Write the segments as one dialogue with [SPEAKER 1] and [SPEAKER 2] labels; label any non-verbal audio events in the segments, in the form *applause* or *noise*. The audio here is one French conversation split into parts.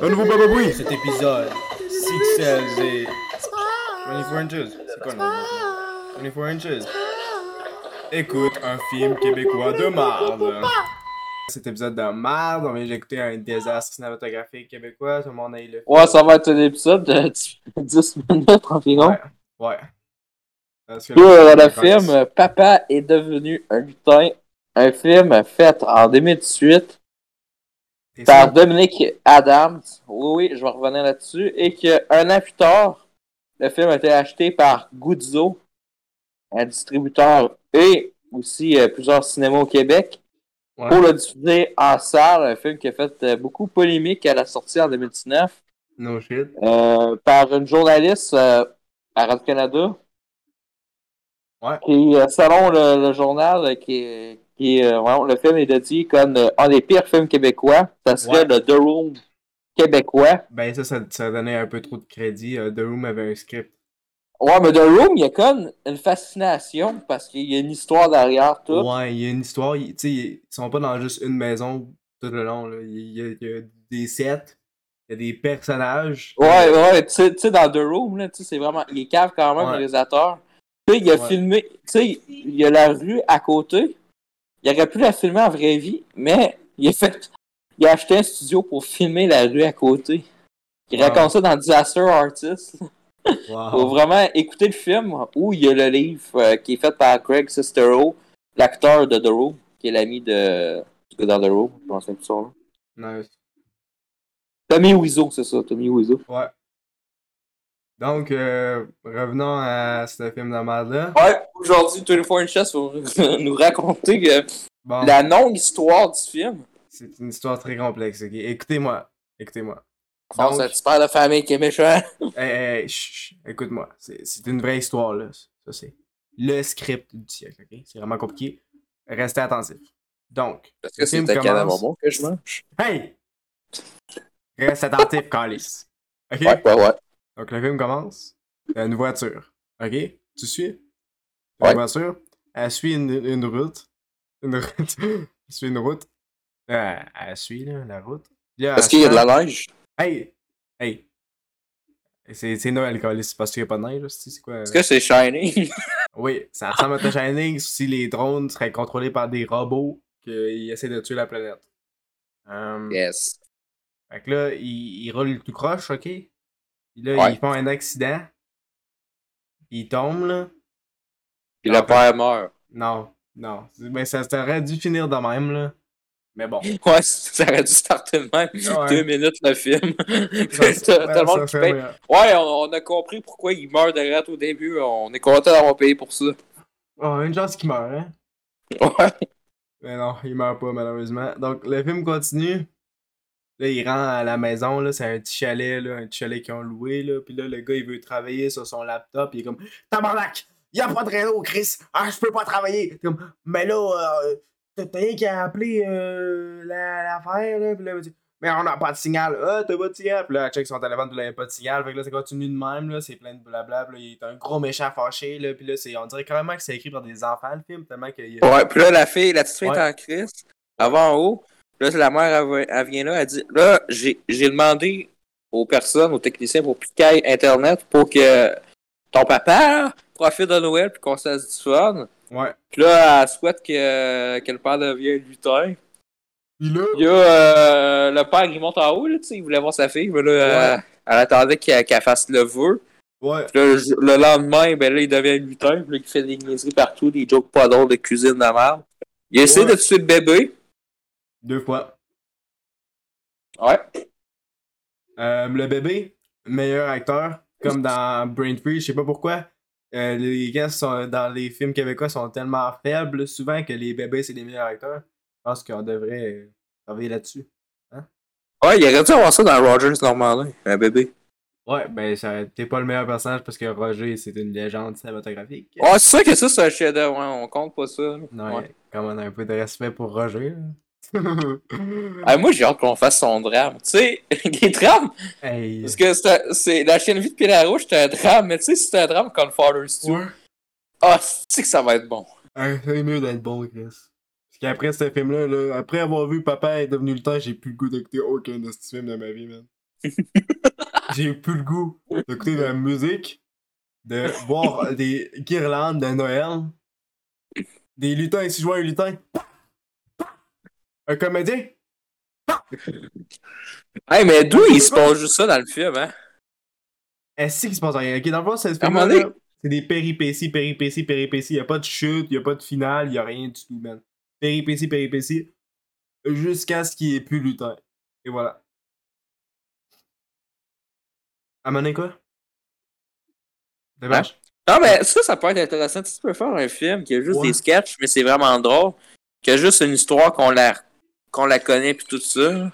[SPEAKER 1] Un nouveau Baba Boui
[SPEAKER 2] Cet épisode, Six Cells et 24 Inches. C'est quoi le nom 24 Inches. Écoute un film québécois de marde. Cet épisode de marde, on vient d'écouter un désastre cinématographique québécois. Tout le monde a eu le.
[SPEAKER 3] Ouais, ça va être un épisode de *laughs* 10 minutes environ.
[SPEAKER 2] Ouais. Parce que
[SPEAKER 3] Puis, euh,
[SPEAKER 2] là,
[SPEAKER 3] le film euh, Papa est devenu un lutin, un film fait en 2018
[SPEAKER 2] T'es
[SPEAKER 3] par
[SPEAKER 2] sûr?
[SPEAKER 3] Dominique Adams. Oui, oui, je vais revenir là-dessus. Et qu'un an plus tard, le film a été acheté par Guzzo, un distributeur et aussi euh, plusieurs cinémas au Québec,
[SPEAKER 2] Ouais.
[SPEAKER 3] pour le diffuser en salle, un film qui a fait euh, beaucoup polémique à la sortie en 2019
[SPEAKER 2] No shit.
[SPEAKER 3] euh, par une journaliste euh, à Radio-Canada.
[SPEAKER 2] Ouais.
[SPEAKER 3] Et euh, selon le, le journal, euh, qui, est- qui est, euh, vraiment, le film est dédié comme euh, un des pires films québécois, ça
[SPEAKER 2] Ouais.
[SPEAKER 3] serait le The Room québécois.
[SPEAKER 2] Ben, ça, ça, ça donnait un peu trop de crédit. euh, The Room avait un script.
[SPEAKER 3] Ouais, mais The Room, il y a comme une fascination parce qu'il y a une histoire derrière tout.
[SPEAKER 2] Ouais, il y a une histoire. il- Tu sais, ils sont pas dans juste une maison tout le long. là. Il y, a- il y a des sets, il y a des personnages.
[SPEAKER 3] Ouais, ouais, tu sais, tu sais, dans The Room, là, tu sais, c'est vraiment. Il est cave quand même,
[SPEAKER 2] Euh, Ouais.
[SPEAKER 3] le réalisateur. Tu sais, il a
[SPEAKER 2] Ouais.
[SPEAKER 3] filmé. Tu sais, il y a la rue à côté. Il aurait pu la filmer en vraie vie, mais il a fait. Il a acheté un studio pour filmer la rue à côté. Il
[SPEAKER 2] Wow. Oh.
[SPEAKER 3] raconte ça dans Disaster Artist.
[SPEAKER 2] Wow.
[SPEAKER 3] Faut vraiment écouter le film où il y a le livre euh, qui est fait par Craig Sestero, l'acteur de The Room, qui est l'ami de. du gars dans The Room. Comment ça s'appelle ça, là?
[SPEAKER 2] Nice.
[SPEAKER 3] Tommy Wiseau, c'est ça, Tommy Wiseau.
[SPEAKER 2] Ouais. Donc, euh, revenons à ce film de merde-là.
[SPEAKER 3] Ouais, aujourd'hui, 24 Inches va *laughs* nous raconter euh,
[SPEAKER 2] Bon,
[SPEAKER 3] la non-histoire du film.
[SPEAKER 2] c'est une histoire très complexe. ok? Écoutez-moi. Écoutez-moi.
[SPEAKER 3] Bon,
[SPEAKER 2] Donc-
[SPEAKER 3] c'est un petit père de famille hein? qui est méchant.
[SPEAKER 2] Hey, hey, eh, chut, chut, écoute-moi. C'est c'est une vraie histoire, là. Ça, c'est le script du siècle, ok? C'est vraiment compliqué. Restez attentifs. Donc,
[SPEAKER 3] Parce
[SPEAKER 2] Le
[SPEAKER 3] que c'est
[SPEAKER 2] film
[SPEAKER 3] un canne à
[SPEAKER 2] commence.
[SPEAKER 3] bonbons que je mange.
[SPEAKER 2] hey! Reste attentif, Calis. Ok?
[SPEAKER 3] Ouais, ouais, ouais.
[SPEAKER 2] Donc, le film commence. Il y a une voiture. OK? Tu suis?
[SPEAKER 3] Ouais.
[SPEAKER 2] Une voiture. Elle suit une, une route. Une route. *laughs* elle suit une route. Euh, elle suit, là, la route. Puis là,
[SPEAKER 3] Parce
[SPEAKER 2] elle
[SPEAKER 3] qu'il y a de
[SPEAKER 2] sent-
[SPEAKER 3] la neige.
[SPEAKER 2] Hey! Hey! C'est c'est Noël, Calis. C'est parce qu'il n'y a pas de neige, là, c'est c'est quoi?
[SPEAKER 3] Est-ce que c'est shiny? *laughs*
[SPEAKER 2] Oui, ça ressemble à The Shining si les drones seraient contrôlés par des robots qui essaient de tuer la planète. Euh,
[SPEAKER 3] yes.
[SPEAKER 2] Fait que là, ils, ils roulent tout croche, ok? Puis là,
[SPEAKER 3] Ouais.
[SPEAKER 2] ils font un accident. Ils tombent, là.
[SPEAKER 3] Puis
[SPEAKER 2] Ah,
[SPEAKER 3] le père meurt.
[SPEAKER 2] Non, non. Mais ça, ça aurait dû finir de même, là. Mais
[SPEAKER 3] *laughs*
[SPEAKER 2] bon.
[SPEAKER 3] Ouais, ça aurait dû starter de même.
[SPEAKER 2] Ouais.
[SPEAKER 3] Deux minutes *laughs* le film. *laughs*
[SPEAKER 2] Ça,
[SPEAKER 3] T'as-
[SPEAKER 2] ça-
[SPEAKER 3] T'as le
[SPEAKER 2] ça
[SPEAKER 3] monde qui
[SPEAKER 2] fait
[SPEAKER 3] paye.
[SPEAKER 2] meilleur.
[SPEAKER 3] Ouais, on, on a compris pourquoi il meurt de rate au début. On est content d'avoir payé pour ça. *laughs*
[SPEAKER 2] Oh, une chance qu'il meurt, hein?
[SPEAKER 3] Ouais.
[SPEAKER 2] Mais non, il meurt pas, malheureusement. Donc, le film continue. Là, il rentre à la maison, là, c'est un petit chalet, là, un petit chalet qu'ils ont loué, là. Puis là, le gars, il veut travailler sur son laptop, il est comme « Tabarnak! Y'a pas de réseau, Chris! Ah, je peux pas travailler! » T'es comme « Mais là, euh, t'as t'as rien qu'à appeler euh, la- l'affaire, là. » Puis là, il dit « Mais on a pas de signal! Ah, t'as pas de signal! » Puis là, elle check son téléphone, puis là, y a pas de signal. Fait que là, ça continue de même, là, c'est plein de blabla. Puis là, il est un gros méchant fâché, là. Puis là, c'est- on dirait carrément que c'est écrit par des enfants, le film, tellement qu'il y a...
[SPEAKER 3] Ouais, puis là, la fille, la petite fille
[SPEAKER 2] Ouais.
[SPEAKER 3] est en crise. Elle va en haut. Là, la mère, elle, va- elle vient là, elle dit Là, j'ai j'ai demandé aux personnes, aux techniciens pour piquer Internet pour que ton papa profite de Noël puis qu'on se fasse du fun.
[SPEAKER 2] Ouais.
[SPEAKER 3] Puis là, elle souhaite que, que le père devienne lutin.
[SPEAKER 2] Puis là...
[SPEAKER 3] Il y a euh, le père, il monte en haut, là, tu sais, il voulait voir sa fille, mais là, euh, elle attendait qu'elle qu'elle fasse le vœu.
[SPEAKER 2] Ouais.
[SPEAKER 3] Puis là, le, jour- le lendemain, ben là, il devient lutin, puis là, il fait des niaiseries partout, des jokes pas drôles de cuisine de la merde. Il essaie
[SPEAKER 2] Ouais.
[SPEAKER 3] de tuer le bébé.
[SPEAKER 2] Deux fois.
[SPEAKER 3] Ouais.
[SPEAKER 2] Euh, le bébé, meilleur acteur, comme dans Brain Freeze, je sais pas pourquoi. euh, les gars sont, dans les films québécois sont tellement faibles souvent que les bébés c'est les meilleurs acteurs. Je pense qu'on devrait euh, travailler là-dessus.
[SPEAKER 3] Ouais, il aurait dû avoir ça dans Rogers Normandin, un bébé.
[SPEAKER 2] Ouais, ben ça- t'es pas le meilleur personnage parce que Roger c'est une légende cinématographique.
[SPEAKER 3] Ouais, c'est sûr que ça, c'est un chef-d'œuvre, ouais, on compte pas ça. là.
[SPEAKER 2] Non,
[SPEAKER 3] Oh! Ouais.
[SPEAKER 2] comme on a un peu de respect pour Roger.
[SPEAKER 3] *laughs*
[SPEAKER 2] là.
[SPEAKER 3] Ah, moi, j'ai hâte qu'on fasse son drame. Tu sais, *laughs* les drames,
[SPEAKER 2] hey.
[SPEAKER 3] parce que c'est un- c'est la chaîne vie de Pierre Rouge, c'est un drame, mais tu sais, c'est un drame comme Father's Two.
[SPEAKER 2] Ouais.
[SPEAKER 3] Ah, c'est que ça va être bon.
[SPEAKER 2] Hein, c'est mieux d'être bon, Chris. Parce Puis après ce film-là, là, après avoir vu Papa est devenu le temps, j'ai plus le goût d'écouter aucun de ces films de ma vie, man. j'ai plus le goût d'écouter de la musique, de voir des guirlandes de Noël, des lutins, si je vois un lutin, un comédien,
[SPEAKER 3] Hey, mais d'où il se passe juste ça dans le film, hein?
[SPEAKER 2] est-ce qu'il se passe rien? Ok, dans le fond, c'est ce
[SPEAKER 3] À un moment
[SPEAKER 2] film-là,
[SPEAKER 3] donné-
[SPEAKER 2] là, c'est des péripéties, péripéties, péripéties. Y a pas de chute, y a pas de finale, y a rien du tout, man. Péripéties, péripéties, jusqu'à ce qu'il n'y ait plus lutin. Et voilà. À un moment donné, quoi? Dommage.
[SPEAKER 3] Non, mais ça, ça peut être intéressant. Tu peux faire un film qui a juste
[SPEAKER 2] Ouais.
[SPEAKER 3] des sketchs, mais c'est vraiment drôle. Qui a juste une histoire qu'on la, qu'on la connaît, puis tout ça.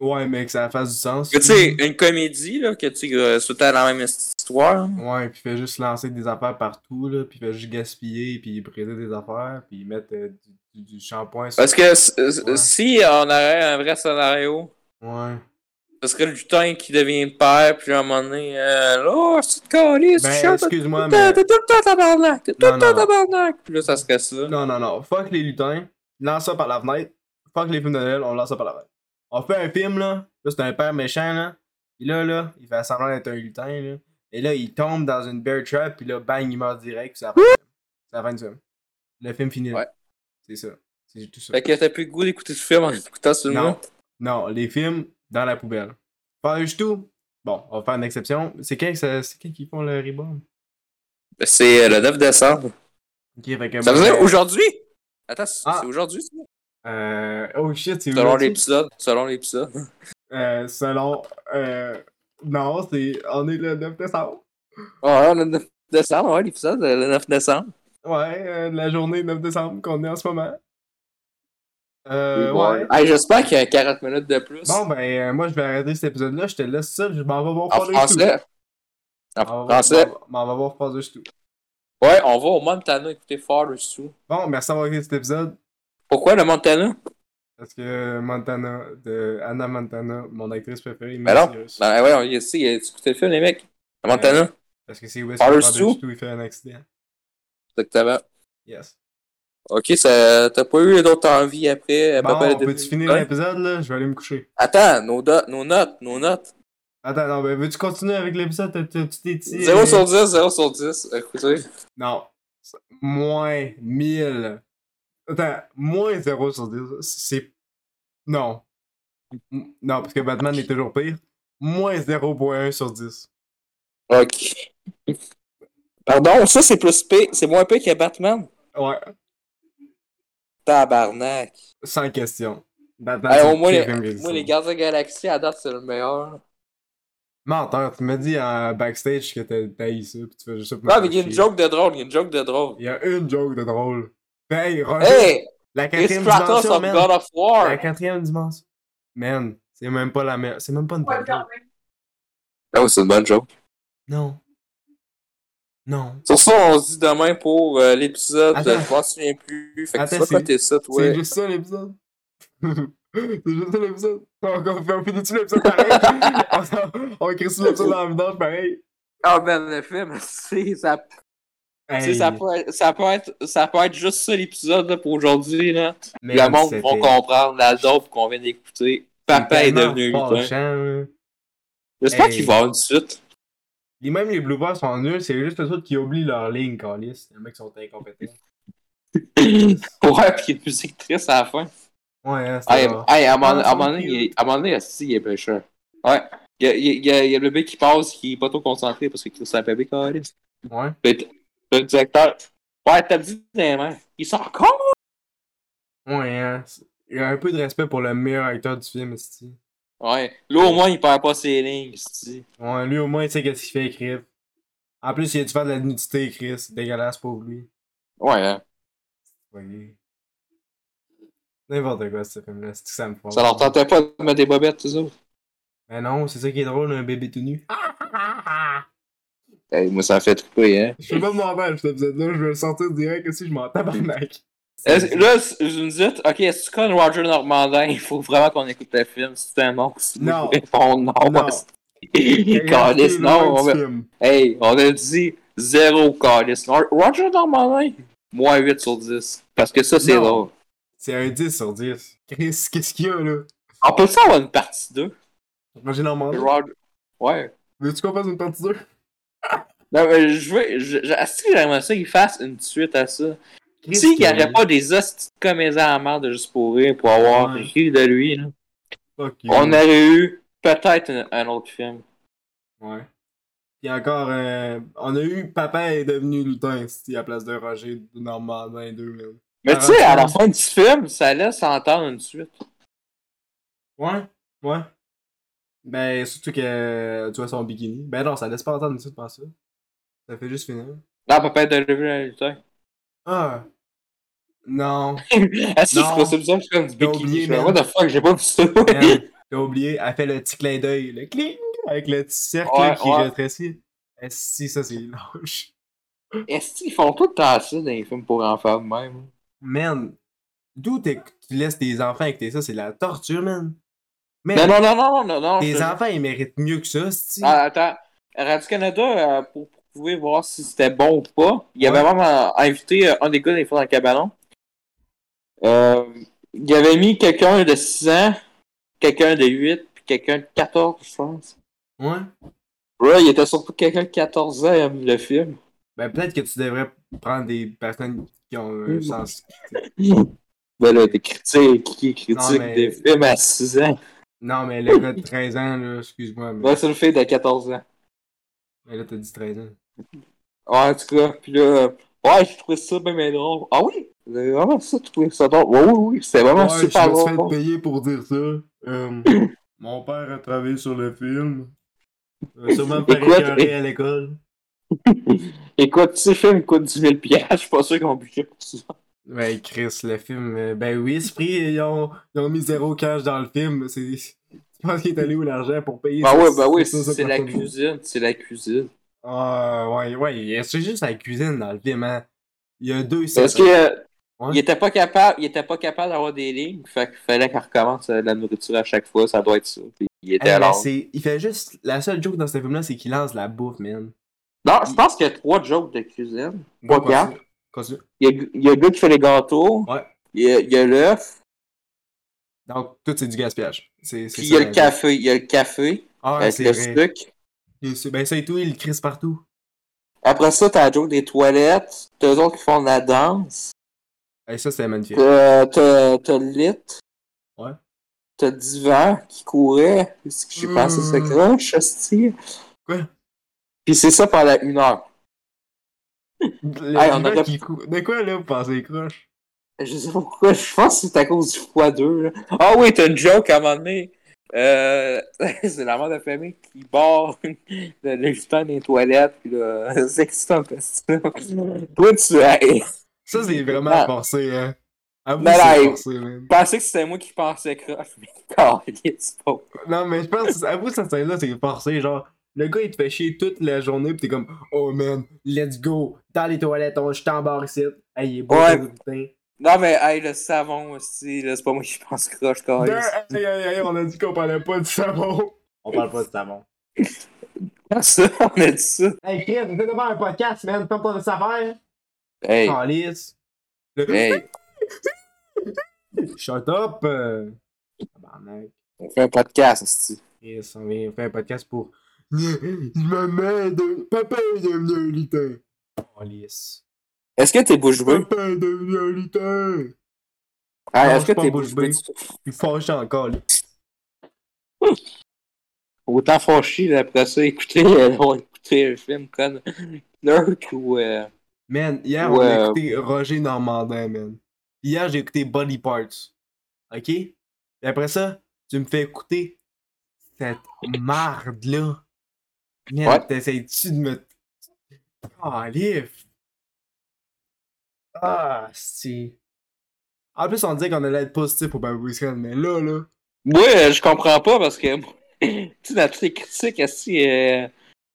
[SPEAKER 2] Ouais, mais que ça fasse du sens.
[SPEAKER 3] Que, Hein? tu sais,
[SPEAKER 2] Mm-hmm.
[SPEAKER 3] une comédie, là, que tu euh, tout le temps la même histoire.
[SPEAKER 2] Ouais, puis fait juste lancer des affaires partout, là, puis fait juste gaspiller, puis briser des affaires, puis mettre euh, du, du- du shampoing sur...
[SPEAKER 3] Parce que s- s-
[SPEAKER 2] Ouais.
[SPEAKER 3] si on aurait un vrai scénario,
[SPEAKER 2] Ouais.
[SPEAKER 3] ce serait le lutin qui devient père, puis à un moment donné, euh, là, oh, c'est de calice,
[SPEAKER 2] Ben,
[SPEAKER 3] chiant, t'es tout
[SPEAKER 2] excuse-moi,
[SPEAKER 3] le
[SPEAKER 2] mais-
[SPEAKER 3] temps- t'es tout le temps tabarnak, t'es tout
[SPEAKER 2] Non,
[SPEAKER 3] le temps
[SPEAKER 2] non, non.
[SPEAKER 3] tabarnak. Puis là, ça serait ça.
[SPEAKER 2] Non, non, non. Fuck les lutins. Lance ça par la fenêtre. Fuck les films de Noël, on lance ça par la fenêtre. On fait un film, là. Là, c'est un père méchant, là. Puis là, là, il fait semblant d'être un lutin, là. Et là, il tombe dans une bear trap, puis là, bang, il meurt direct, puis c'est la fin du film. C'est la fin du film. Le film finit là.
[SPEAKER 3] Ouais.
[SPEAKER 2] C'est ça. C'est tout ça.
[SPEAKER 3] Fait que t'as plus le goût d'écouter ce film en écoutant ce
[SPEAKER 2] Non.
[SPEAKER 3] film.
[SPEAKER 2] Non, les films dans la poubelle. Pas du tout. Bon, on va faire une exception. C'est quand, que ça- c'est quand qu'ils font le reborn?
[SPEAKER 3] C'est euh, le 9 décembre.
[SPEAKER 2] Ok, fait que.
[SPEAKER 3] Ça veut
[SPEAKER 2] moi,
[SPEAKER 3] dire aujourd'hui? Attends, c'est
[SPEAKER 2] Ah.
[SPEAKER 3] c'est aujourd'hui, ça?
[SPEAKER 2] euh, Oh shit, c'est
[SPEAKER 3] Selon
[SPEAKER 2] aujourd'hui?
[SPEAKER 3] l'épisode. Selon l'épisode.
[SPEAKER 2] Euh, selon. Euh, non, c'est. On est le 9 décembre.
[SPEAKER 3] Ah, Ouais, le 9 décembre, ouais, l'épisode, euh, le 9 décembre.
[SPEAKER 2] Ouais, euh, la journée 9 décembre qu'on est en ce moment. Euh,
[SPEAKER 3] Bon,
[SPEAKER 2] ouais.
[SPEAKER 3] hey, J'espère qu'il y a 40 minutes de plus.
[SPEAKER 2] Bon, ben, euh, moi, je vais arrêter cet épisode-là. Je te laisse ça. Je m'en vais voir
[SPEAKER 3] en
[SPEAKER 2] Father
[SPEAKER 3] français. En
[SPEAKER 2] Stu. M'en vais-
[SPEAKER 3] français.
[SPEAKER 2] m'en- M'en vais voir Father Stu.
[SPEAKER 3] Ouais, on va au Montana écouter Father Stu.
[SPEAKER 2] Bon, merci d'avoir écouté cet épisode.
[SPEAKER 3] Pourquoi le Montana?
[SPEAKER 2] Parce que Montana, de Anna Montana, mon actrice préférée,
[SPEAKER 3] Ben
[SPEAKER 2] merci,
[SPEAKER 3] non.
[SPEAKER 2] Russ.
[SPEAKER 3] Ben ouais, on y est ici, y a- tu écoutes le film, les mecs. Le Montana,
[SPEAKER 2] Parce que c'est où est-ce
[SPEAKER 3] Father
[SPEAKER 2] que Father
[SPEAKER 3] Stu?
[SPEAKER 2] Stu il fait un accident.
[SPEAKER 3] exactement.
[SPEAKER 2] Yes.
[SPEAKER 3] Ok, ça- t'as pas eu d'autres envies après. euh,
[SPEAKER 2] Bon,
[SPEAKER 3] papa,
[SPEAKER 2] on
[SPEAKER 3] de-
[SPEAKER 2] peut-tu finir
[SPEAKER 3] Ouais.
[SPEAKER 2] l'épisode, là? Je vais aller me coucher.
[SPEAKER 3] Attends, nos, do- nos notes, nos notes.
[SPEAKER 2] Attends, non, ben, veux-tu continuer avec l'épisode? T'as- t'as- Tu t'es dit...
[SPEAKER 3] 0
[SPEAKER 2] euh,
[SPEAKER 3] sur 10, 0 sur 10. Écoutez.
[SPEAKER 2] Non. C'est Moins 1000. Attends, moins 0 sur 10. C'est. Non. M- Non, parce que Batman est toujours pire. Moins 0.1 sur 10.
[SPEAKER 3] Ok. Pardon, ça c'est plus P, c'est moins P que Batman.
[SPEAKER 2] Ouais,
[SPEAKER 3] Tabarnak.
[SPEAKER 2] sans question. Batman,
[SPEAKER 3] Hey,
[SPEAKER 2] c'est
[SPEAKER 3] au
[SPEAKER 2] le
[SPEAKER 3] moins,
[SPEAKER 2] pire
[SPEAKER 3] les,
[SPEAKER 2] film qui
[SPEAKER 3] moi,
[SPEAKER 2] existe.
[SPEAKER 3] les Gardiens de la Galaxie, à date, c'est le meilleur.
[SPEAKER 2] Menteur, tu m'as dit en backstage que t'as taillé ça, puis tu fais juste ça pour me
[SPEAKER 3] Non,
[SPEAKER 2] faire
[SPEAKER 3] Ah, mais il y a une
[SPEAKER 2] chier.
[SPEAKER 3] joke de drôle, il y a une joke de drôle.
[SPEAKER 2] Il y a une joke de drôle. Hey, Roger,
[SPEAKER 3] Hey!
[SPEAKER 2] la
[SPEAKER 3] Chris
[SPEAKER 2] quatrième
[SPEAKER 3] Kratos
[SPEAKER 2] dimension,
[SPEAKER 3] of
[SPEAKER 2] man.
[SPEAKER 3] God of
[SPEAKER 2] La
[SPEAKER 3] War!
[SPEAKER 2] quatrième dimension. Man, c'est même pas la meilleure. C'est même pas une bonne joke.
[SPEAKER 3] Ah oui, c'est une bonne joke.
[SPEAKER 2] Non. Non.
[SPEAKER 3] Sur ça, on se dit demain pour euh, l'épisode,
[SPEAKER 2] Attends.
[SPEAKER 3] euh, je m'en souviens plus. Fait que
[SPEAKER 2] Attends,
[SPEAKER 3] tu vas
[SPEAKER 2] c'est-
[SPEAKER 3] noter ça, toi.
[SPEAKER 2] C'est juste ça l'épisode. *laughs* c'est juste ça l'épisode. Encore, on finit-tu
[SPEAKER 3] *laughs*
[SPEAKER 2] l'épisode pareil? on s'en- on écrit sur l'épisode dans la vidange pareil.
[SPEAKER 3] Ah ben, le film, *laughs* c'est- ça, c'est-
[SPEAKER 2] Hey,
[SPEAKER 3] ça, peut, être- ça, peut être, ça peut être juste ça l'épisode là, pour aujourd'hui. là.
[SPEAKER 2] man,
[SPEAKER 3] Le monde
[SPEAKER 2] c'était
[SPEAKER 3] va comprendre la dope qu'on vient d'écouter. Papa est
[SPEAKER 2] tellement
[SPEAKER 3] devenu hein. lutin.
[SPEAKER 2] fâchant, là.
[SPEAKER 3] J'espère
[SPEAKER 2] Hey.
[SPEAKER 3] qu'il va avoir une suite. *clears throat*
[SPEAKER 2] Et même les bloopers sont nuls, c'est juste eux autres qui oublient leur ligne, Carlis. Les mecs sont incompétents.
[SPEAKER 3] ouais, puis il y a une musique triste à la fin.
[SPEAKER 2] Ouais, hein, c'est
[SPEAKER 3] Hey,
[SPEAKER 2] ça.
[SPEAKER 3] hey, à un moment
[SPEAKER 2] Ah,
[SPEAKER 3] à un moment donné,
[SPEAKER 2] c'est
[SPEAKER 3] il est- à un moment donné, asti, il est pêcheur. Ouais. Il y a, il y a- il y a- il y a le bébé qui passe qui est pas trop concentré parce qu'il crie sur un bébé quand même.
[SPEAKER 2] Ouais.
[SPEAKER 3] Le directeur. Ouais, t'as dit des mains. Il sort encore?
[SPEAKER 2] Ouais, hein. C'est- Il y a un peu de respect pour le meilleur acteur du film, esti.
[SPEAKER 3] Ouais. Là, au moins, il perd pas ses lignes. asti.
[SPEAKER 2] Ouais, lui au moins, il sait qu'est-ce qu'il fait, Chris. En plus, il a dû faire de la nudité, Chris. C'est dégueulasse pour lui.
[SPEAKER 3] Ouais, hein.
[SPEAKER 2] Voyez. N'importe quoi, ce film-là. C'est que ça me fait.
[SPEAKER 3] Ça leur tentait pas de mettre des bobettes, tout ça.
[SPEAKER 2] Mais non, c'est ça qui est drôle, un bébé tout nu.
[SPEAKER 3] Hey, moi, ça me fait triper, hein.
[SPEAKER 2] Je fais pas de mon bal, cet épisode-là. Je vais le sortir direct si je m'en tabarnak.
[SPEAKER 3] *laughs* Est-ce- Euh, Là, c- je me dis, ok, est-ce que Roger Normandin, il faut vraiment qu'on écoute le film, c'est un monstre. *laughs*
[SPEAKER 2] Non.
[SPEAKER 3] Je réponds non.
[SPEAKER 2] Non.
[SPEAKER 3] asti. Calisse, non. on va- Hey, on a dit 0 calice. Roger Normandin, moins 8 sur 10. Parce que ça, c'est
[SPEAKER 2] Non.
[SPEAKER 3] drôle.
[SPEAKER 2] C'est un 10 sur 10. Chris, qu'est-ce qu'il y a là?
[SPEAKER 3] On peut ça avoir une partie 2.
[SPEAKER 2] Roger Normand.
[SPEAKER 3] Roger. Ouais.
[SPEAKER 2] Veux-tu qu'on fasse une partie 2?
[SPEAKER 3] Non, mais je veux. je- je- Est-ce que j'aimerais ça qu'ils fassent une suite à ça? Si il n'y avait pas des hosties de comédiens à merde juste pour rire, pour avoir
[SPEAKER 2] Ouais.
[SPEAKER 3] ri de lui, là,
[SPEAKER 2] Fuck you.
[SPEAKER 3] on aurait eu peut-être un, un autre film.
[SPEAKER 2] Ouais. Puis encore, euh, on a eu Papa est devenu lutin, si à la place de Roger Normandin 2, man.
[SPEAKER 3] Mais
[SPEAKER 2] Ah,
[SPEAKER 3] tu sais, à la
[SPEAKER 2] ouais.
[SPEAKER 3] fin du film, ça laisse entendre une suite.
[SPEAKER 2] Ouais, ouais. Ben, surtout que euh, tu vois son bikini. Ben non, ça laisse pas entendre une par ça. Ça fait juste finir.
[SPEAKER 3] Non, papa de revue à lutin.
[SPEAKER 2] Ah! Non.
[SPEAKER 3] *laughs* Est-ce que
[SPEAKER 2] Non.
[SPEAKER 3] c'est possible ça? Je suis comme du
[SPEAKER 2] T'as
[SPEAKER 3] bikini.
[SPEAKER 2] oublié,
[SPEAKER 3] Je fais,
[SPEAKER 2] man.
[SPEAKER 3] What the fuck, j'ai pas
[SPEAKER 2] *laughs*
[SPEAKER 3] vu ça.
[SPEAKER 2] Man, T'as oublié, elle fait le petit clin d'œil, le cling, avec le petit cercle
[SPEAKER 3] Ouais,
[SPEAKER 2] qui
[SPEAKER 3] ouais.
[SPEAKER 2] rétrécit. Eh, Si, ça c'est lâche.
[SPEAKER 3] Est-ce qu'ils font tout le temps ça dans les films pour enfants de même?
[SPEAKER 2] Man, d'où t'es- tu laisses tes enfants avec tes ça, c'est la torture, man. Man,
[SPEAKER 3] Ben Non, non, non, non, non, non. je-
[SPEAKER 2] tes enfants, ils méritent mieux que ça, c'ti.
[SPEAKER 3] Ah, attends. Radio-Canada, euh, pour pour pouvoir voir si c'était bon ou pas, il avait
[SPEAKER 2] Ouais.
[SPEAKER 3] vraiment euh, invité euh, un des gars des fois dans le cabanon. Euh, il avait mis quelqu'un de 6 ans, quelqu'un de 8, puis quelqu'un de 14, je pense.
[SPEAKER 2] Ouais.
[SPEAKER 3] Ouais, il était surtout quelqu'un de 14 ans il aime le film.
[SPEAKER 2] Ben, peut-être que tu devrais prendre des personnes qui ont un
[SPEAKER 3] Mm.
[SPEAKER 2] sens.
[SPEAKER 3] Ben là, des critiques, qui critique
[SPEAKER 2] Non, mais-
[SPEAKER 3] des films à 6 ans.
[SPEAKER 2] Non, mais le gars de 13 ans, là, excuse-moi, mais,
[SPEAKER 3] Là, c'est le fait de 14 ans.
[SPEAKER 2] mais là, t'as dit 13 ans.
[SPEAKER 3] Ouais, en tout cas, puis là, euh, ouais, je trouvais ça bien, bien drôle. Ah oui? Vous avez vraiment ça trouvé ça drôle? Ouais, oui, oui, c'était vraiment
[SPEAKER 2] ouais,
[SPEAKER 3] super
[SPEAKER 2] je me suis fait
[SPEAKER 3] drôle.
[SPEAKER 2] payer pour dire ça.
[SPEAKER 3] *coughs*
[SPEAKER 2] Euh, mon père a travaillé sur le film. Il a sûrement me faire
[SPEAKER 3] Écoute,
[SPEAKER 2] écœurer
[SPEAKER 3] et-
[SPEAKER 2] à l'école.
[SPEAKER 3] Écoute, si le film coûte 10 000 je suis pas sûr qu'on budget pour ça.
[SPEAKER 2] Ouais, Chris, le film. euh, Ben oui, ce prix, ils ont, ils ont mis zéro cash dans le film. C'est... *laughs* Je pense qu'il est allé où l'argent pour payer.
[SPEAKER 3] Bah
[SPEAKER 2] ça-
[SPEAKER 3] ouais, bah oui,
[SPEAKER 2] ça, ça,
[SPEAKER 3] c'est
[SPEAKER 2] ça,
[SPEAKER 3] la
[SPEAKER 2] pour tout le monde.
[SPEAKER 3] cuisine, c'est la cuisine.
[SPEAKER 2] Ah, ouais, ouais. C'est juste la cuisine dans le film, hein. Il y a deux
[SPEAKER 3] Parce
[SPEAKER 2] scènes.
[SPEAKER 3] que euh,
[SPEAKER 2] Ouais.
[SPEAKER 3] il était pas capable, il était pas capable d'avoir des lignes, fait qu'il fallait qu'il recommence euh, de la nourriture à chaque fois, ça doit être ça. Puis il était
[SPEAKER 2] Hey,
[SPEAKER 3] à
[SPEAKER 2] mais
[SPEAKER 3] l'heure.
[SPEAKER 2] c'est... Il fait juste. La seule joke dans ce film-là, c'est qu'il lance la bouffe, man.
[SPEAKER 3] Non, je pense qu'il y a trois jokes de cuisine. Pas
[SPEAKER 2] Continue.
[SPEAKER 3] quatre.
[SPEAKER 2] Continue.
[SPEAKER 3] Il y a, il y a le gars qui fait les gâteaux.
[SPEAKER 2] Ouais.
[SPEAKER 3] Il y a- il y a l'œuf.
[SPEAKER 2] Donc, tout, c'est du gaspillage. C'est, c'est
[SPEAKER 3] Puis il y
[SPEAKER 2] ça,
[SPEAKER 3] a
[SPEAKER 2] la
[SPEAKER 3] le
[SPEAKER 2] vie.
[SPEAKER 3] café. Il y a le café
[SPEAKER 2] Ah,
[SPEAKER 3] avec
[SPEAKER 2] c'est
[SPEAKER 3] le
[SPEAKER 2] vrai.
[SPEAKER 3] sucre.
[SPEAKER 2] Et c'est- Ben, ça et tout, il le crisse partout.
[SPEAKER 3] Après ça, t'as la joke des toilettes. T'as eux autres qui font de la danse.
[SPEAKER 2] Et ça, c'est magnifique.
[SPEAKER 3] T'as t'as- t'as le lit.
[SPEAKER 2] Ouais.
[SPEAKER 3] T'as le divan qui courait. Qu'est-ce que j'ai
[SPEAKER 2] Euh.
[SPEAKER 3] pensé ça croche, hostie?
[SPEAKER 2] Quoi?
[SPEAKER 3] Puis c'est ça pendant une heure.
[SPEAKER 2] Le
[SPEAKER 3] Hey, on
[SPEAKER 2] gars
[SPEAKER 3] aurait-
[SPEAKER 2] qui cou- De quoi, là, vous pensez croche?
[SPEAKER 3] Je sais pas pourquoi, je pense que c'est à cause du x2. là. Ah oui, t'as une joke à un moment donné. Euh, *laughs* c'est la mère de famille qui barre *laughs* le le lutin des toilettes. Puis là, *laughs* c'est excitant parce que
[SPEAKER 2] *laughs*
[SPEAKER 3] Toi, tu as.
[SPEAKER 2] Ça, c'est vraiment
[SPEAKER 3] Ah.
[SPEAKER 2] forcé, hein. Avoue,
[SPEAKER 3] Ben, là,
[SPEAKER 2] c'est
[SPEAKER 3] hey.
[SPEAKER 2] forcé, man.
[SPEAKER 3] pensais que c'était moi qui pensais croche, mais *laughs* c'est pas.
[SPEAKER 2] Non, mais je pense, avoue, cette scène-là, c'est forcé. Genre, le gars, il te fait chier toute la journée, pis t'es comme, oh man, let's go, dans les toilettes, on, je t'embarque ici. Hey, il est beau,
[SPEAKER 3] Ouais.
[SPEAKER 2] le putain.
[SPEAKER 3] Non, mais hey, le savon aussi, là, c'est pas moi qui pense croche, quand
[SPEAKER 2] Deux, hey, hey, hey, on a dit qu'on parlait pas de savon. On parle pas de savon. Ben,
[SPEAKER 3] *laughs* ça, on a dit ça.
[SPEAKER 2] Hey, Chris, on devant un podcast, man, fais pas de savon.
[SPEAKER 3] Hey,
[SPEAKER 2] Ah, Calice. Le-
[SPEAKER 3] hey,
[SPEAKER 2] Shut up! euh. Tabarnak.
[SPEAKER 3] on fait un podcast, aussi.
[SPEAKER 2] Chris, on vient faire un podcast pour. Maman de. Papa est devenu un lutin! Oh, lisse.
[SPEAKER 3] Est-ce que t'es bouche bée?
[SPEAKER 2] Papa est devenu un lutin!
[SPEAKER 3] Hey,
[SPEAKER 2] Non, Ah, je
[SPEAKER 3] Est-ce que
[SPEAKER 2] suis pas
[SPEAKER 3] t'es
[SPEAKER 2] bouche
[SPEAKER 3] bouche bée?
[SPEAKER 2] bée. Il fâché encore, là.
[SPEAKER 3] Autant franchi, là, après ça, *laughs* écouter, euh, on va écouter un film comme Lurk ou. euh,
[SPEAKER 2] Man, hier, on
[SPEAKER 3] Ouais.
[SPEAKER 2] a écouté Roger Normandin, man. Hier, j'ai écouté Body Parts. OK? Et après ça, tu me fais écouter cette marde-là. Man,
[SPEAKER 3] Ouais.
[SPEAKER 2] t'essayes-tu de me. Calif! Ah, si. En plus, on disait qu'on allait être positif pour Baby Wisconsin, mais là, là.
[SPEAKER 3] Moi, euh, je comprends pas parce que, *laughs* tu sais, dans toutes les critiques, aussi, euh,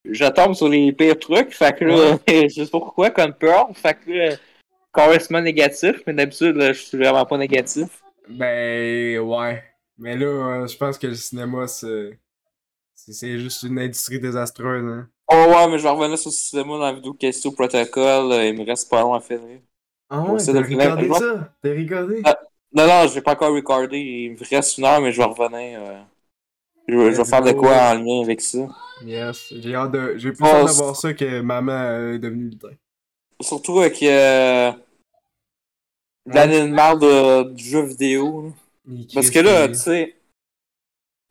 [SPEAKER 3] je tombe sur les pires trucs, fait que là, *laughs* je sais pas pourquoi, comme Pearl, fait que là, carrément négatif, mais d'habitude, là, je suis vraiment pas négatif.
[SPEAKER 2] Ben, ouais. Mais là, euh, je pense que le cinéma, c'est. c'est- C'est juste une industrie désastreuse, hein.
[SPEAKER 3] Oh ouais, mais je vais revenir sur le cinéma dans la vidéo Question Protocol. euh, Il me reste pas long à finir.
[SPEAKER 2] Ah
[SPEAKER 3] Ouais,
[SPEAKER 2] ouais,
[SPEAKER 3] ça
[SPEAKER 2] t'as
[SPEAKER 3] devrait-
[SPEAKER 2] regardé ça? T'as regardé?
[SPEAKER 3] Ah. Non, non, j'ai pas encore recordé. Il me reste une heure, mais je vais revenir. euh, Je, je vais
[SPEAKER 2] Let's
[SPEAKER 3] faire de
[SPEAKER 2] go.
[SPEAKER 3] quoi en lien avec ça.
[SPEAKER 2] Yes, euh, j'ai hâte de. J'ai plus
[SPEAKER 3] Oh,
[SPEAKER 2] hâte
[SPEAKER 3] c'est-
[SPEAKER 2] d'avoir ça que maman euh, est devenue lutin.
[SPEAKER 3] Surtout avec euh, l'année de marde euh, du jeu vidéo. là. Parce que là, tu sais,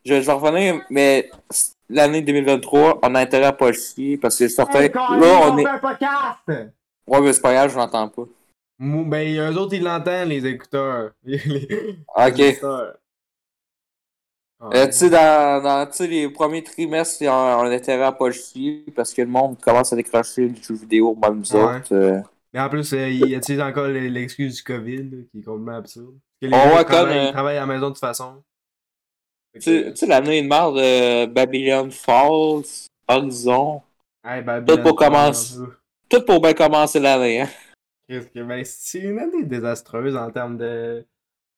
[SPEAKER 3] je, je vais revenir, mais c- l'année 2023, on a intérêt à pas le chier parce que je sortais. là, on est.
[SPEAKER 2] un podcast!
[SPEAKER 3] Ouais, mais c'est pas grave, je l'entends pas.
[SPEAKER 2] Mou- Ben, eux autres, ils l'entendent, les écouteurs. *laughs* Les- les
[SPEAKER 3] Ok.
[SPEAKER 2] écouteurs. Ah,
[SPEAKER 3] Euh, tu sais, dans, dans tu sais, les premiers trimestres, on, on a intérêt à pas le chier parce que le monde commence à décrocher du jeu vidéo, même nous
[SPEAKER 2] Ouais.
[SPEAKER 3] autres. euh.
[SPEAKER 2] Mais en plus, euh, il utilise encore les- l'excuse du COVID, là, qui est complètement absurde. Parce que les
[SPEAKER 3] On
[SPEAKER 2] gens
[SPEAKER 3] voit
[SPEAKER 2] travaillent,
[SPEAKER 3] comme, euh,
[SPEAKER 2] ils travaillent à la maison de toute façon. Fait
[SPEAKER 3] Tu
[SPEAKER 2] que,
[SPEAKER 3] sais- tu sais, l'année de marde, euh, Babylon Falls, Horizon,
[SPEAKER 2] hey, ben,
[SPEAKER 3] peut-être
[SPEAKER 2] Bilan,
[SPEAKER 3] pour commencer. tout pour bien commencer l'année. Hein.
[SPEAKER 2] Qu'est-ce que- ben, c'est une année désastreuse en termes de.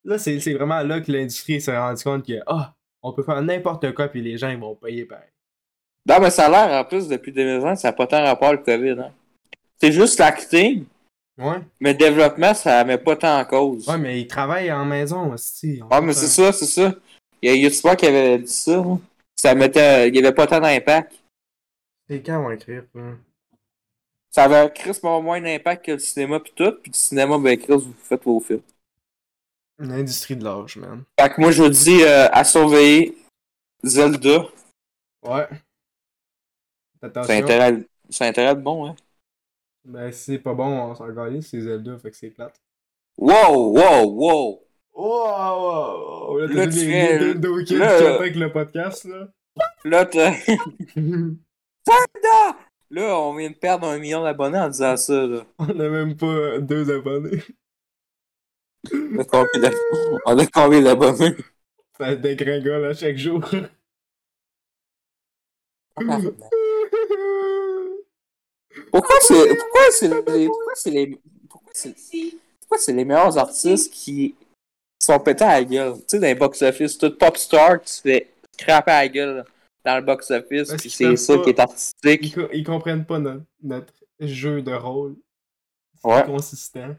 [SPEAKER 2] Là, c'est c'est vraiment là que l'industrie s'est rendue compte que, ah, on peut faire n'importe quoi, puis les gens, ils vont payer pareil.
[SPEAKER 3] Non, mais ça a l'air, en plus, depuis 2020, ça n'a pas tant rapport avec le COVID. Hein. C'est juste l'acting,
[SPEAKER 2] Ouais.
[SPEAKER 3] mais le développement, ça met pas tant en cause.
[SPEAKER 2] Ouais, mais ils travaillent en maison aussi.
[SPEAKER 3] Ah, mais c'est ça, c'est ça. Il y a un youtubeur qui avait dit ça. hein. Ça mettait, il n'y avait pas tant d'impact.
[SPEAKER 2] C'est quand vont écrire, ça?
[SPEAKER 3] Ça avait crissement moins d'impact que le cinéma pis tout, puis le cinéma, ben Chris, vous faites vos films.
[SPEAKER 2] L'industrie de l'âge, man.
[SPEAKER 3] Fait que moi je dis euh, à surveiller Zelda.
[SPEAKER 2] Ouais.
[SPEAKER 3] Ça a
[SPEAKER 2] Attention.
[SPEAKER 3] intérêt, à- ça a intérêt à être bon, hein.
[SPEAKER 2] Ben, si c'est pas bon, on s'en gagne, c'est Zelda, fait que c'est plate.
[SPEAKER 3] Wow, wow, wow!
[SPEAKER 2] Oh, oh, oh, oh.
[SPEAKER 3] Là,
[SPEAKER 2] Là,
[SPEAKER 3] tu
[SPEAKER 2] tu les
[SPEAKER 3] fais-
[SPEAKER 2] deux dos qui
[SPEAKER 3] là-
[SPEAKER 2] chantent avec le podcast, là. *laughs*
[SPEAKER 3] Là, t'as- *laughs*
[SPEAKER 2] on
[SPEAKER 3] là, on vient de perdre un million d'abonnés en disant ça, là.
[SPEAKER 2] a même pas deux abonnés.
[SPEAKER 3] On a combien d'ab- on a combien d'abonnés?
[SPEAKER 2] Ça se dégringole à chaque
[SPEAKER 3] *laughs*
[SPEAKER 2] jour.
[SPEAKER 3] Pourquoi c'est. Pourquoi c'est les. Pourquoi c'est les. Pourquoi c'est. Pourquoi c'est les meilleurs artistes qui sont pétés à la gueule? Tu sais, dans les box-office, tout pop star, tu fais craper à la gueule dans le box-office,
[SPEAKER 2] Parce
[SPEAKER 3] puis
[SPEAKER 2] qu'ils
[SPEAKER 3] c'est ça
[SPEAKER 2] peuvent
[SPEAKER 3] qui est
[SPEAKER 2] ils,
[SPEAKER 3] artistique.
[SPEAKER 2] co- ils comprennent pas notre, notre jeu de rôle
[SPEAKER 3] Ouais.
[SPEAKER 2] consistant.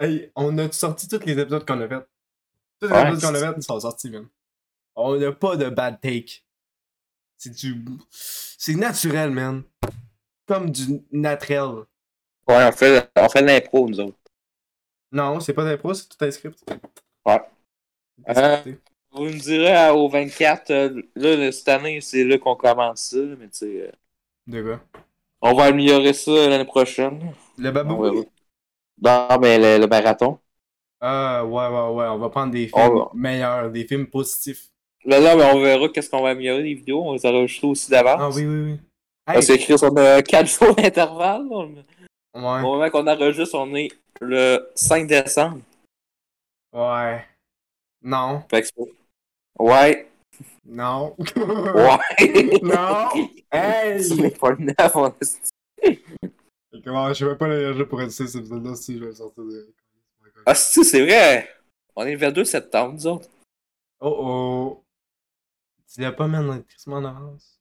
[SPEAKER 2] Hey, on a sorti tous les épisodes qu'on a fait. Tous les
[SPEAKER 3] Ouais.
[SPEAKER 2] épisodes qu'on a fait sont sortis, même. On n'a pas de bad take. C'est du. C'est naturel, man. Comme du naturel.
[SPEAKER 3] Ouais, on fait, on fait de l'impro, nous autres.
[SPEAKER 2] Non, c'est pas d'impro, c'est tout un script.
[SPEAKER 3] Ouais. Euh.
[SPEAKER 2] C'est scripté.
[SPEAKER 3] Vous me direz euh, au 24, euh, là, le- cette année, c'est là qu'on commence ça, mais tu sais, euh,
[SPEAKER 2] De quoi?
[SPEAKER 3] on va améliorer ça l'année prochaine.
[SPEAKER 2] Le
[SPEAKER 3] On
[SPEAKER 2] babou.
[SPEAKER 3] verra. Non, mais le, le marathon.
[SPEAKER 2] Ah, ouais, ouais, ouais. On va prendre des films
[SPEAKER 3] On va-
[SPEAKER 2] meilleurs, des films positifs.
[SPEAKER 3] Là, là, mais on verra qu'est-ce qu'on va améliorer les vidéos, on les enregistre aussi d'avance.
[SPEAKER 2] Ah, oui, oui, oui. Hey,
[SPEAKER 3] Parce que Chris, on *laughs* a 4 jours d'intervalle. là. Au
[SPEAKER 2] ouais,
[SPEAKER 3] moment qu'on enregistre, on est le 5 décembre.
[SPEAKER 2] ouais. Non,
[SPEAKER 3] Fait que c'est- Ouais.
[SPEAKER 2] non.
[SPEAKER 3] Ouais.
[SPEAKER 2] *laughs*
[SPEAKER 3] *laughs*
[SPEAKER 2] non!
[SPEAKER 3] C'est
[SPEAKER 2] Hey!
[SPEAKER 3] pas le 9, on est
[SPEAKER 2] Comment, je vais pas l'énergie pour réussir cet épisode-là si je vais sortir de.
[SPEAKER 3] Ah, si, c'est vrai! On est le 22 septembre, nous autres.
[SPEAKER 2] Oh oh! Tu l'as pas mis en écrissement en avance?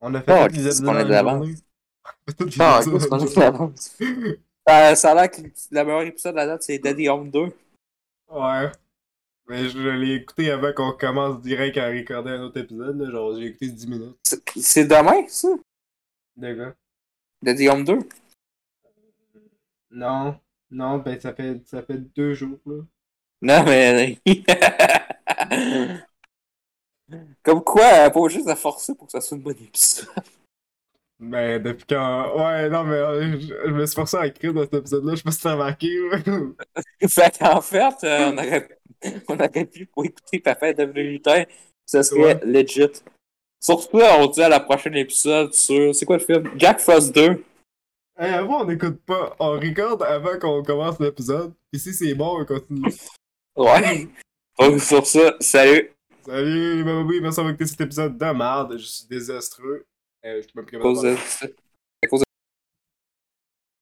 [SPEAKER 2] On a fait
[SPEAKER 3] Oh,
[SPEAKER 2] tous les
[SPEAKER 3] qu'est-ce qu'on
[SPEAKER 2] épisodes en
[SPEAKER 3] a de
[SPEAKER 2] une
[SPEAKER 3] l'avance?
[SPEAKER 2] journée. *laughs* On a fait tous les
[SPEAKER 3] Ah,
[SPEAKER 2] épisodes
[SPEAKER 3] Chris,
[SPEAKER 2] en
[SPEAKER 3] on
[SPEAKER 2] une
[SPEAKER 3] est l'avance.
[SPEAKER 2] journée.
[SPEAKER 3] Euh, ça a l'air que le le meilleur épisode de la date, c'est Daddy Home 2.
[SPEAKER 2] Ouais. Mais je l'ai écouté avant qu'on commence direct à recorder un autre épisode, là. Genre, j'ai écouté 10 minutes.
[SPEAKER 3] C'est- C'est demain, ça?
[SPEAKER 2] D'accord.
[SPEAKER 3] Daddy Home 2?
[SPEAKER 2] Non. Non, ben ça fait ça fait deux jours là.
[SPEAKER 3] Non, mais. *laughs* Comme quoi, euh, pas juste à forcer pour que ça soit une bonne épisode.
[SPEAKER 2] Ben depuis quand. Ouais, non mais euh, je, je me suis forcé à écrire dans cet épisode-là, je sais pas si t'as remarqué. *laughs* là.
[SPEAKER 3] *laughs* fait qu'en fait, euh, on, aurait... *laughs* on aurait pu pour écouter Papa est devenu lutin. Ça serait legit. Surtout, euh, on dit à la prochaine épisode sur. C'est quoi le film? Jack Frost 2.
[SPEAKER 2] hey, avant on n'écoute pas, on record avant qu'on commence l'épisode. Puis si c'est bon, on *laughs* continue.
[SPEAKER 3] Ouais. *laughs* Donc, sur ça, salut.
[SPEAKER 2] Salut les bababoui, merci d'avoir écouté cet épisode de merde, je suis désastreux. Euh, je suis même plus
[SPEAKER 3] À
[SPEAKER 2] capable de
[SPEAKER 3] cause de-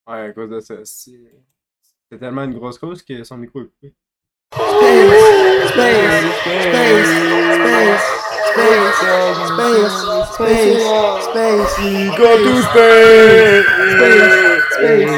[SPEAKER 2] parler. Ouais, à cause de ça. si. euh, C'est tellement une grosse cause que son micro est coupé.
[SPEAKER 4] space, space, space, space,
[SPEAKER 2] Go to space!
[SPEAKER 4] space.